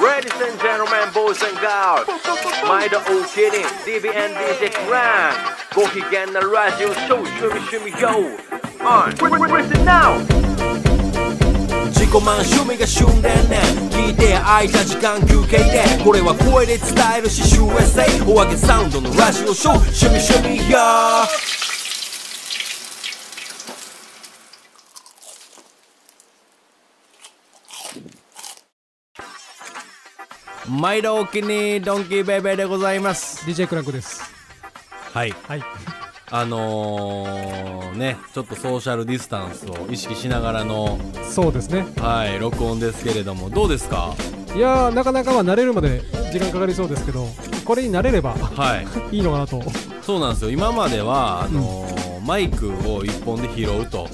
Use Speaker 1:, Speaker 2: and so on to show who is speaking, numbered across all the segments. Speaker 1: Ladies and gentlemen, boys and girls 毎度お気に DBN DJ クランご機嫌なラジオショー趣味趣味 YO On Listen now
Speaker 2: 自己満趣味が旬でね聞いて空いた時間休憩でこれは声で伝えるし USA お揚げサウンドのラジオショー趣味趣味や毎度お気にドンキーベイベーでございます
Speaker 3: DJ クランクです。
Speaker 2: はい
Speaker 3: はい。
Speaker 2: あのー、ねちょっとソーシャルディスタンスを意識しながらの
Speaker 3: そうですね。
Speaker 2: はい録音ですけれどもどうですか
Speaker 3: いやー、なかなかは慣れるまで時間かかりそうですけど、これに慣れれば
Speaker 2: はい
Speaker 3: いいのかなと。
Speaker 2: そうなんですよ今まではあのーマイクを1本で拾うと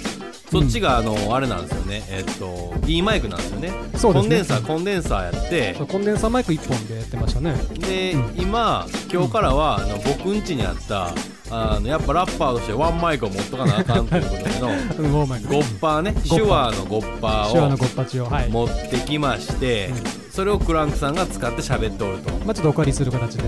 Speaker 2: そっちがあのーあれなんですよねえっと D マイクなんですよね
Speaker 3: そうで
Speaker 2: コ
Speaker 3: すね
Speaker 2: ンデンサーコンデンサーやって
Speaker 3: そうコンデンサーマイク1本でやってましたね。
Speaker 2: で、
Speaker 3: う
Speaker 2: 今今日からはあの僕ん家にあったあのやっぱラッパーとしてワンマイクを持っとかなあかんということで の
Speaker 3: うん、ゴーマイク。
Speaker 2: ゴッパーね
Speaker 3: ゴ
Speaker 2: 手
Speaker 3: ッパ
Speaker 2: 話のゴッパ
Speaker 3: 手話の
Speaker 2: ー
Speaker 3: ゴ
Speaker 2: を
Speaker 3: ッパチを。はい。
Speaker 2: 持
Speaker 3: ま
Speaker 2: ってきましてそれをクランクさんが使って喋っておると
Speaker 3: あちょっとお借りする形で。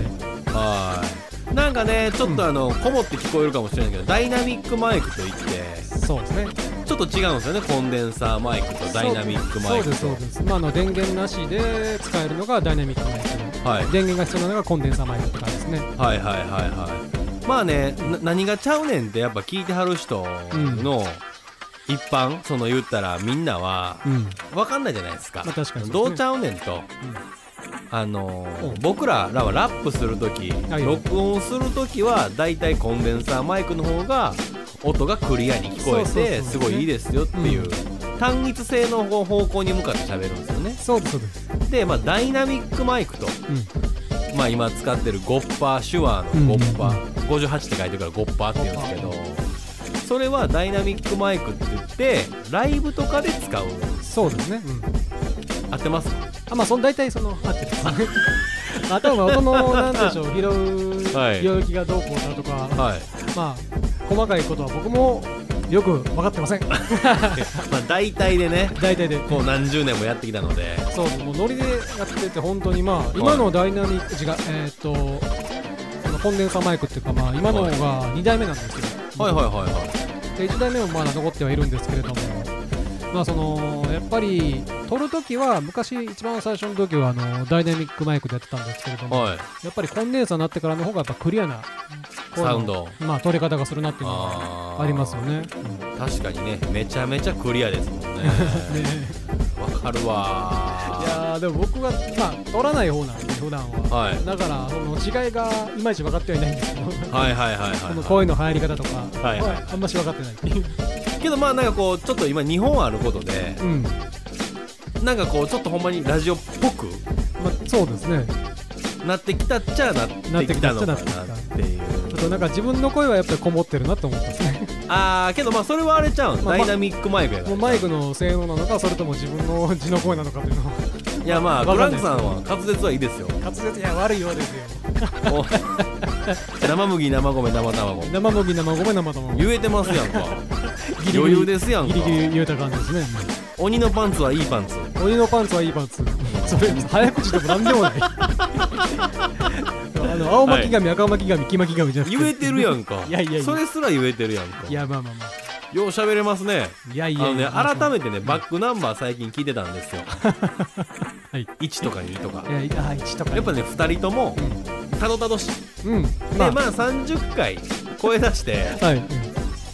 Speaker 2: はいなんかねちょっとあの、こもって聞こえるかもしれないけどダイナミックマイクといって
Speaker 3: そうですね。
Speaker 2: ちょっと違うんですよねコンデンサーマイクとダイナミックマイク
Speaker 3: そうです、そうです。まあ、あの、電源なしで使えるのがダイナミックマイクで。
Speaker 2: はい
Speaker 3: 電源が必要なのがコンデンサーマイクって感じですね。
Speaker 2: はいはいはいはいまあねな何がちゃうねんってやっぱ聞いてはる人の一般、その言ったらみんなは
Speaker 3: うん。
Speaker 2: 分かんないじゃないですか,、
Speaker 3: まあ確かにそうですね
Speaker 2: どうちゃうねんと、あのー
Speaker 3: うん
Speaker 2: 僕ららはラップする時
Speaker 3: はい
Speaker 2: 録音する時はだいたいコンデンサーマイクの方が音がクリアに聞こえ
Speaker 3: そうそうそう
Speaker 2: て
Speaker 3: ですね
Speaker 2: すごいいいですよっていう、
Speaker 3: うん
Speaker 2: 単一性の方向に向かって喋るんですよね
Speaker 3: そうです、そうです。
Speaker 2: で、まあ、ダイナミックマイクと、
Speaker 3: うん。
Speaker 2: まあ、今使ってるゴッパー手話のゴッパー、58って書いてるからゴッパーって言うんですけどそれはダイナミックマイクって言ってライブとかで使う
Speaker 3: そうですね。うん。
Speaker 2: 合ってます
Speaker 3: あまあその大体その 合ってますねあとは音のなんでしょう拾う
Speaker 2: はい
Speaker 3: 領域がどうこうだとか、
Speaker 2: はい
Speaker 3: まあ細かいことは僕もよく分かってません
Speaker 2: まあ大体でね
Speaker 3: 大体で
Speaker 2: こう何十年もやってきたので
Speaker 3: そうもうノリでやってて本当にまあ今のダイナミック違うえーっとこのコンデンサーマイクっていうかまあ今のが2代目なんですけど
Speaker 2: はいはいはいはい
Speaker 3: で1台目もまだ残ってはいるんですけれども、まあ、そのやっぱり撮るときは昔一番最初の時はあのダイナミックマイクでやってたんですけれども、
Speaker 2: はい
Speaker 3: やっぱりコンデンサーになってからの方がやっぱクリアな声の
Speaker 2: サウンド
Speaker 3: まあ取り方がするなっていうの
Speaker 2: あ
Speaker 3: は
Speaker 2: ー
Speaker 3: ありますよね。
Speaker 2: 確かにねめちゃめちゃクリアですもんね
Speaker 3: ね
Speaker 2: わかるわ
Speaker 3: いやーでも僕はまあ取らない方なんで普段は、
Speaker 2: はい
Speaker 3: だからその違いがいまいち分かってはいないんですけど、
Speaker 2: はいはいはいはい、
Speaker 3: この
Speaker 2: は
Speaker 3: 声の入り方とか
Speaker 2: はいはい
Speaker 3: はあんまし分かってないっていう、
Speaker 2: い、けどまあなんかこうちょっと今日本あることで
Speaker 3: うんま
Speaker 2: なんかこうちょっとほんまにラジオっぽく
Speaker 3: あ、そうですね
Speaker 2: なってきたっちゃなってきたのかなっていう
Speaker 3: あとなんか自分の声はやっぱりこもってるなと思ったんですね
Speaker 2: あーけどまあそれはあれちゃうん、
Speaker 3: まあ
Speaker 2: ダイナミックマイクやか
Speaker 3: も
Speaker 2: ら
Speaker 3: うマイクの性能なのかそれとも自分の字の声なのかという のはい
Speaker 2: やまあ
Speaker 3: わ
Speaker 2: グラ
Speaker 3: か
Speaker 2: ン
Speaker 3: ん
Speaker 2: ク
Speaker 3: ない
Speaker 2: さんは滑舌はいい ですよ
Speaker 3: 滑舌いや悪いようですよ
Speaker 2: お 生麦生米生卵
Speaker 3: 生麦生米生卵
Speaker 2: 言えてますやんか
Speaker 3: ギリギリ
Speaker 2: 余裕ですやんか
Speaker 3: ギリギリ言えた感じですね
Speaker 2: 鬼のパンツはいいパンツ
Speaker 3: 鬼のパンツはいいパンツそれ早口でも何でもないあの青巻紙、赤巻紙黄巻紙じゃなくて
Speaker 2: 言えてるやんか
Speaker 3: いやいやいや
Speaker 2: それすら言えてるやんか
Speaker 3: いやまあまあま
Speaker 2: よう喋れますね
Speaker 3: あいやい
Speaker 2: あ
Speaker 3: や
Speaker 2: の
Speaker 3: い
Speaker 2: ね
Speaker 3: や
Speaker 2: 改めてねバックナンバー最近聞いてたんですよ
Speaker 3: はい
Speaker 2: 1とか2とか
Speaker 3: いやいやあ1とか
Speaker 2: やっぱね2人ともたどたどしい
Speaker 3: うん、うん、
Speaker 2: で
Speaker 3: ま
Speaker 2: ま
Speaker 3: あ、
Speaker 2: あ30回声出して
Speaker 3: はい、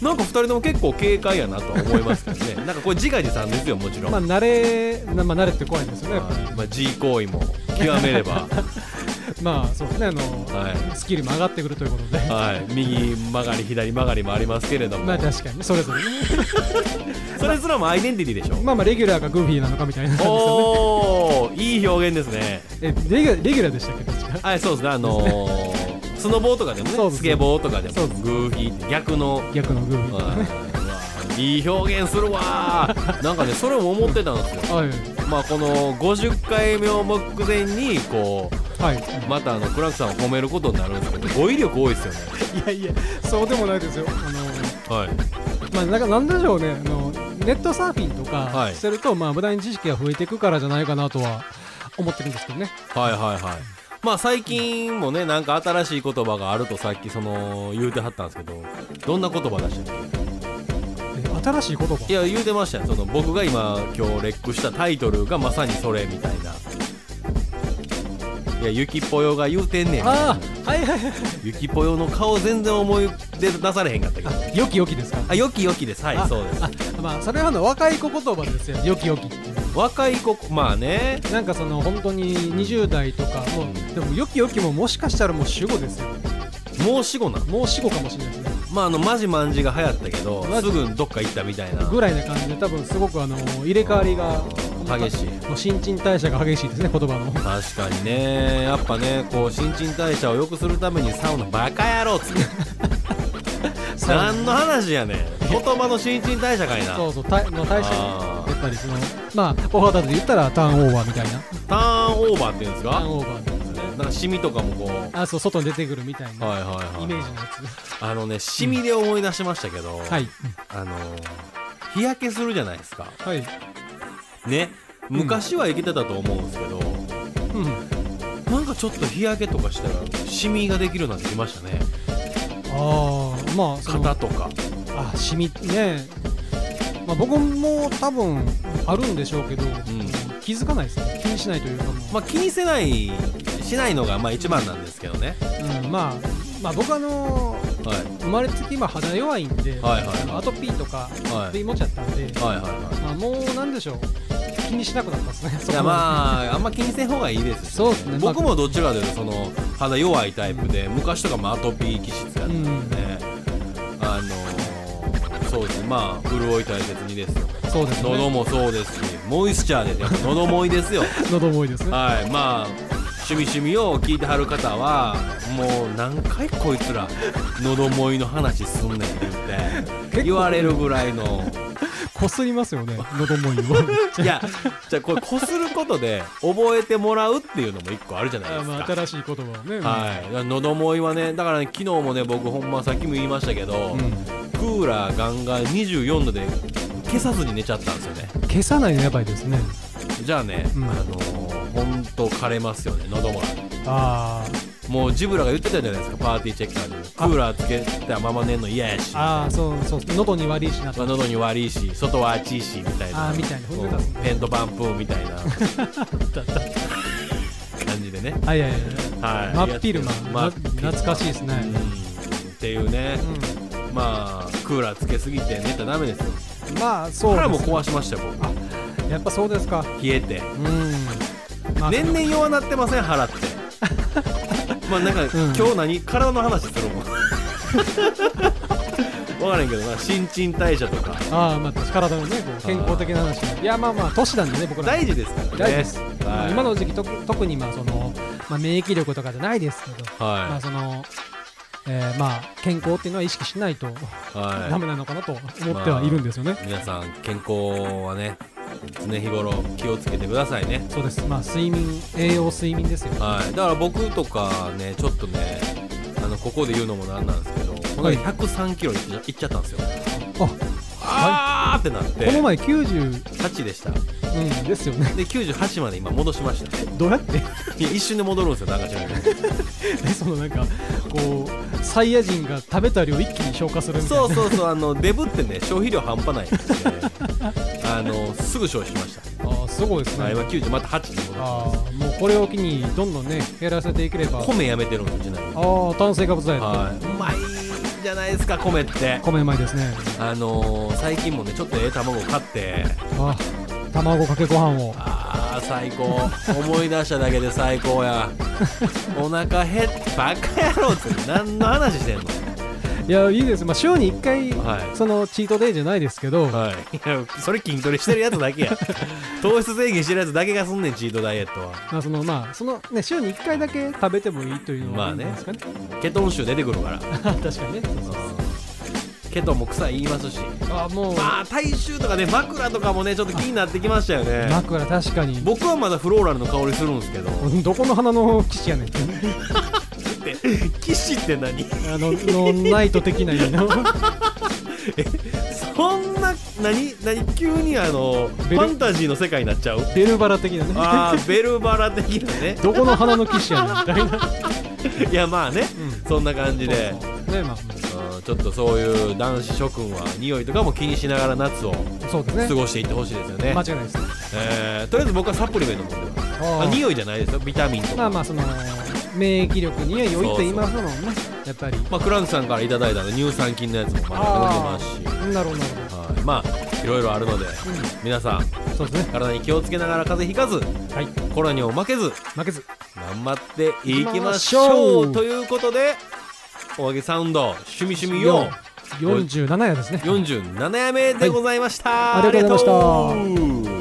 Speaker 2: なんか2人とも結構軽快やなとは思いますけどね なんかこれ自画自賛ですよもちろん、
Speaker 3: まあ慣れなまあ慣れって怖いですよねやっぱ
Speaker 2: はいまあ、G 行為も極めれば、
Speaker 3: りまあそうですねあの、
Speaker 2: は
Speaker 3: スキルも上がってくるということで
Speaker 2: はい、右曲がり左曲がりもありますけれども、
Speaker 3: まあ確かにねそれぞれね
Speaker 2: それすらもアイデンティティでしょ、
Speaker 3: まあまあレギュラーかグーフィーなのかみたいなんですよね
Speaker 2: おーいい表現ですね
Speaker 3: えレギュレギュラーでしたっけ確か
Speaker 2: はいそうですねあの ー、スノボーとかでも
Speaker 3: そう
Speaker 2: ね
Speaker 3: です
Speaker 2: スケボーとかで
Speaker 3: そ
Speaker 2: も
Speaker 3: うです
Speaker 2: グーフィーって逆 の
Speaker 3: 逆のグーフィーとかね
Speaker 2: はいいい表現するわーなんかねそれも思ってたんですよ
Speaker 3: はい
Speaker 2: まあこの50回目を目前にこう
Speaker 3: はい、
Speaker 2: またあのクランクさんを褒めることになるんですけど語彙力多いですよね
Speaker 3: いやいや、そうでもないですよ。あの、
Speaker 2: はい
Speaker 3: まあ、なんか、なんでしょうね、あの、ネットサーフィンと
Speaker 2: は
Speaker 3: か
Speaker 2: い
Speaker 3: してると、まあ、無駄に知識が増えていくからじゃないかなとは。思ってるんですけどね
Speaker 2: はいはいはい。まあ最近もね、なんか新しい言葉があるとさっきその言うてはったんですけど、どんな言葉出してる
Speaker 3: え新しい言葉
Speaker 2: いや、言うてましたよ。その僕が今今日レックしたタイトルがまさにそれみたいな。いや、ゆきぽよが言うてんねん。
Speaker 3: ああはいはいはい
Speaker 2: ゆきぽよの顔全然思い出されへんかったけど。
Speaker 3: あよきよきですか
Speaker 2: あ、よきよきです。はい、そうです。
Speaker 3: あまあそれはあの若い子言葉ですよよきよきっていう
Speaker 2: 若い子、まあね。
Speaker 3: なんかその本当に20代とかもうでもよきよきももしかしたらもう主語ですよ
Speaker 2: もう死後なん
Speaker 3: もう死語かもしれないですね
Speaker 2: まああのマジマンジが流行ったけど
Speaker 3: マジ
Speaker 2: すぐどっか行ったみたいな
Speaker 3: ぐらいな感じで多分すごくあの入れ替わりが
Speaker 2: 激しい
Speaker 3: もう新陳代謝が激しいですね言葉の
Speaker 2: 確かにねやっぱねこう新陳代謝を良くするためにサウナバカ野郎っつ って何の話やねん言葉の新陳代謝かいな
Speaker 3: そうそう体まあ代謝
Speaker 2: あ
Speaker 3: や
Speaker 2: ー
Speaker 3: っぱりそのまあお肌で言ったらターンオーバーみたいな
Speaker 2: ターンオーバーって言うんです
Speaker 3: ターン
Speaker 2: か
Speaker 3: オーバー
Speaker 2: なんかシミとかもこうはい
Speaker 3: あそう外に出てくるみたいな
Speaker 2: はいはい
Speaker 3: イメージのや
Speaker 2: あのねシミで思い出しましたけど、
Speaker 3: つはい
Speaker 2: あのー日焼けするじゃないですか
Speaker 3: はい
Speaker 2: ね
Speaker 3: ん
Speaker 2: 昔は生きてたと思うんですけど、
Speaker 3: うん
Speaker 2: なんかちょっと日焼けとかしたらシミができるようになってきましたね
Speaker 3: ああまあその
Speaker 2: 肩とか
Speaker 3: あシミねまあ僕も多分あるんでしょうけど、気づかないですね気にしないというかもう
Speaker 2: まあ気にせないしないのがまあ一番なんですけどね、
Speaker 3: うんまあ、まあ僕あの
Speaker 2: はい、
Speaker 3: 生まれつき今肌弱いんで、
Speaker 2: はいはい
Speaker 3: あのアトピーとか
Speaker 2: はい
Speaker 3: で持っちゃったんで、
Speaker 2: はいはいは
Speaker 3: まあ、もうなんでしょう気にしなくなったですね
Speaker 2: い
Speaker 3: そ
Speaker 2: いや
Speaker 3: こま
Speaker 2: まああんま気にせん方がいいですし、
Speaker 3: そうですね
Speaker 2: 僕もどっちかというとその肌弱いタイプで昔とかもアトピー気質やった
Speaker 3: でうん
Speaker 2: で
Speaker 3: ん
Speaker 2: ね、あのー、そうですねまあ潤い大切にですよ
Speaker 3: そうですね
Speaker 2: 喉もそうですしモイスチャーでてやっぱ喉もいですよ
Speaker 3: 喉も多いですね
Speaker 2: はいまあ趣味趣味を聞いてはる方はもう何回こいつら喉もいの話すんねんって言っ て
Speaker 3: 構
Speaker 2: 言われるぐらいの
Speaker 3: こすりますよね喉もいを
Speaker 2: いや、じゃあこれ、こすることで覚えてもらうっていうのも一個あるじゃないで
Speaker 3: あ
Speaker 2: す
Speaker 3: まあ
Speaker 2: か。
Speaker 3: 新しい言葉を
Speaker 2: は
Speaker 3: ね、
Speaker 2: い、だから喉もいはね、だからね、昨日もね、僕、ほんま、さっきも言いましたけど、
Speaker 3: うん
Speaker 2: クーラーガンガン24度で消さずに寝ちゃったんですよね。
Speaker 3: 消さないのやばいですね
Speaker 2: じゃあね、
Speaker 3: うん
Speaker 2: あのー、ほんと枯れますよね、喉も。
Speaker 3: あ
Speaker 2: もう、ジブラが言ってたじゃないですか、パーティーチェッカーでも。クーラーつけたまま寝んの嫌やし
Speaker 3: ー、あーそうそう喉に悪いしな
Speaker 2: ま
Speaker 3: と
Speaker 2: あ、喉に悪いし、外は暑いし、みたいな。
Speaker 3: あーみたいなほんと
Speaker 2: う
Speaker 3: だ
Speaker 2: んペントバンプーみた いな感じでね。
Speaker 3: あいやいやい
Speaker 2: はい、
Speaker 3: や真っ昼間
Speaker 2: ま
Speaker 3: な懐かしいですね、
Speaker 2: うんっていうね、まあクーラーつけすぎて寝たらダメですよ
Speaker 3: うんまあそう
Speaker 2: 腹
Speaker 3: で
Speaker 2: も
Speaker 3: す
Speaker 2: 壊しましたよ僕
Speaker 3: やっぱそうですか
Speaker 2: 冷えて
Speaker 3: うんまあ
Speaker 2: 年々弱なってません腹って まあなんか、
Speaker 3: うん
Speaker 2: 今日何体の話する もん分からへんけどな新陳代謝とか
Speaker 3: ああまあ体のねこう健康的な話もいやまあまあ年なんでね僕ら
Speaker 2: 大事ですからね
Speaker 3: 大事です、ま
Speaker 2: は
Speaker 3: あ
Speaker 2: い、
Speaker 3: 今の時期と特にまあその、まあ、免疫力とかじゃないですけど、まあ
Speaker 2: は
Speaker 3: そのえーまあ健康っていうのは意識しないと
Speaker 2: い、はい、
Speaker 3: ダメなのかなと思ってはいるんですよね、
Speaker 2: 皆さん健康はね常日頃気をつけてくださいね
Speaker 3: そうですまあ睡眠栄養睡眠ですよ
Speaker 2: はい、だから僕とかねちょっとねあのここで言うのもなんなんですけどこの
Speaker 3: はい
Speaker 2: 間103キロいっちゃいっちゃったんですよ、あ
Speaker 3: あ
Speaker 2: ーってなって
Speaker 3: この前90
Speaker 2: 8でした
Speaker 3: うんですよね
Speaker 2: で98まで今戻しました
Speaker 3: どうやって
Speaker 2: いや一瞬で戻るんですよなんか知らんけど
Speaker 3: えそのなんかこうサイヤ人が食べた量一気に消化するみたいな
Speaker 2: そうそうそうあのデブってね消費量半端ないんであのすぐ消費しました、
Speaker 3: ああすごいですね、
Speaker 2: あ今90また8に戻し
Speaker 3: あ
Speaker 2: ま
Speaker 3: あもうこれを機にどんどんね減らせていければ
Speaker 2: す米やめてるんですよちなみに
Speaker 3: ああ炭水化物ダイエット、
Speaker 2: はい
Speaker 3: うん
Speaker 2: うまいじゃないですか米って
Speaker 3: 米うまいですね
Speaker 2: あのー最近もねちょっとええ卵買って
Speaker 3: あ卵かけご飯を
Speaker 2: あー最高思い出しただけで最高 やお腹減っバカ野郎って何の話してんの
Speaker 3: いやいいですまあ週に1回、
Speaker 2: はい
Speaker 3: そのチートデイじゃないですけど、
Speaker 2: はいいやそれ筋トレしてるやつだけ や糖質制限してるやつだけがすんねんチートダイエットは
Speaker 3: まあそのまあそのね週に1回だけ食べてもいいというの
Speaker 2: ま
Speaker 3: は
Speaker 2: あ
Speaker 3: いいん
Speaker 2: ね
Speaker 3: じゃないですかね,、
Speaker 2: ケトン臭出てくるから
Speaker 3: 確かにねそうそう
Speaker 2: うんケトンも臭い言いますし
Speaker 3: あもう、
Speaker 2: まあ体臭とかね枕とかもねちょっと気になってきましたよね
Speaker 3: 枕確かに
Speaker 2: 僕はまだフローラルの香りするんですけど
Speaker 3: どこの花の騎士やねんって
Speaker 2: 騎士って何
Speaker 3: あのノンナイト的な意味の
Speaker 2: えそそんな何何急にあのフ
Speaker 3: ベル
Speaker 2: ァンタジーの世界になっちゃう
Speaker 3: ベルバラ的なね
Speaker 2: あーベルバラ的なね
Speaker 3: どこの花の騎士やねんみたいな
Speaker 2: いやまあね、
Speaker 3: う
Speaker 2: そんな感じで
Speaker 3: そうそうねまあ
Speaker 2: うんちょっとそういう男子諸君は匂いとかも気にしながら夏を
Speaker 3: そうですね
Speaker 2: 過ごしていってほしいですよね
Speaker 3: 間違いないです
Speaker 2: えーとりあえず僕はサプリメント飲んでますあ匂いじゃないですよビタミンとか
Speaker 3: まあまあその免疫力に良いって言いますもんねやっぱり
Speaker 2: まあ、クランクさんからいただいたあの乳酸菌のやつもまだ
Speaker 3: あ
Speaker 2: 飲んでますし
Speaker 3: ーなるほどなるほ
Speaker 2: はい、まあいろいろあるので、皆さん
Speaker 3: どそうですね
Speaker 2: 体に気をつけながら風邪ひかず
Speaker 3: はい
Speaker 2: コロナにも負けず
Speaker 3: 負けず
Speaker 2: 頑張っていきまし
Speaker 3: 行きましょ
Speaker 2: ょう
Speaker 3: う
Speaker 2: ということでお揚げサウンド趣味趣味よ
Speaker 3: 47夜です ね
Speaker 2: 47夜目でございました、
Speaker 3: いありがとうございました
Speaker 2: ありがとう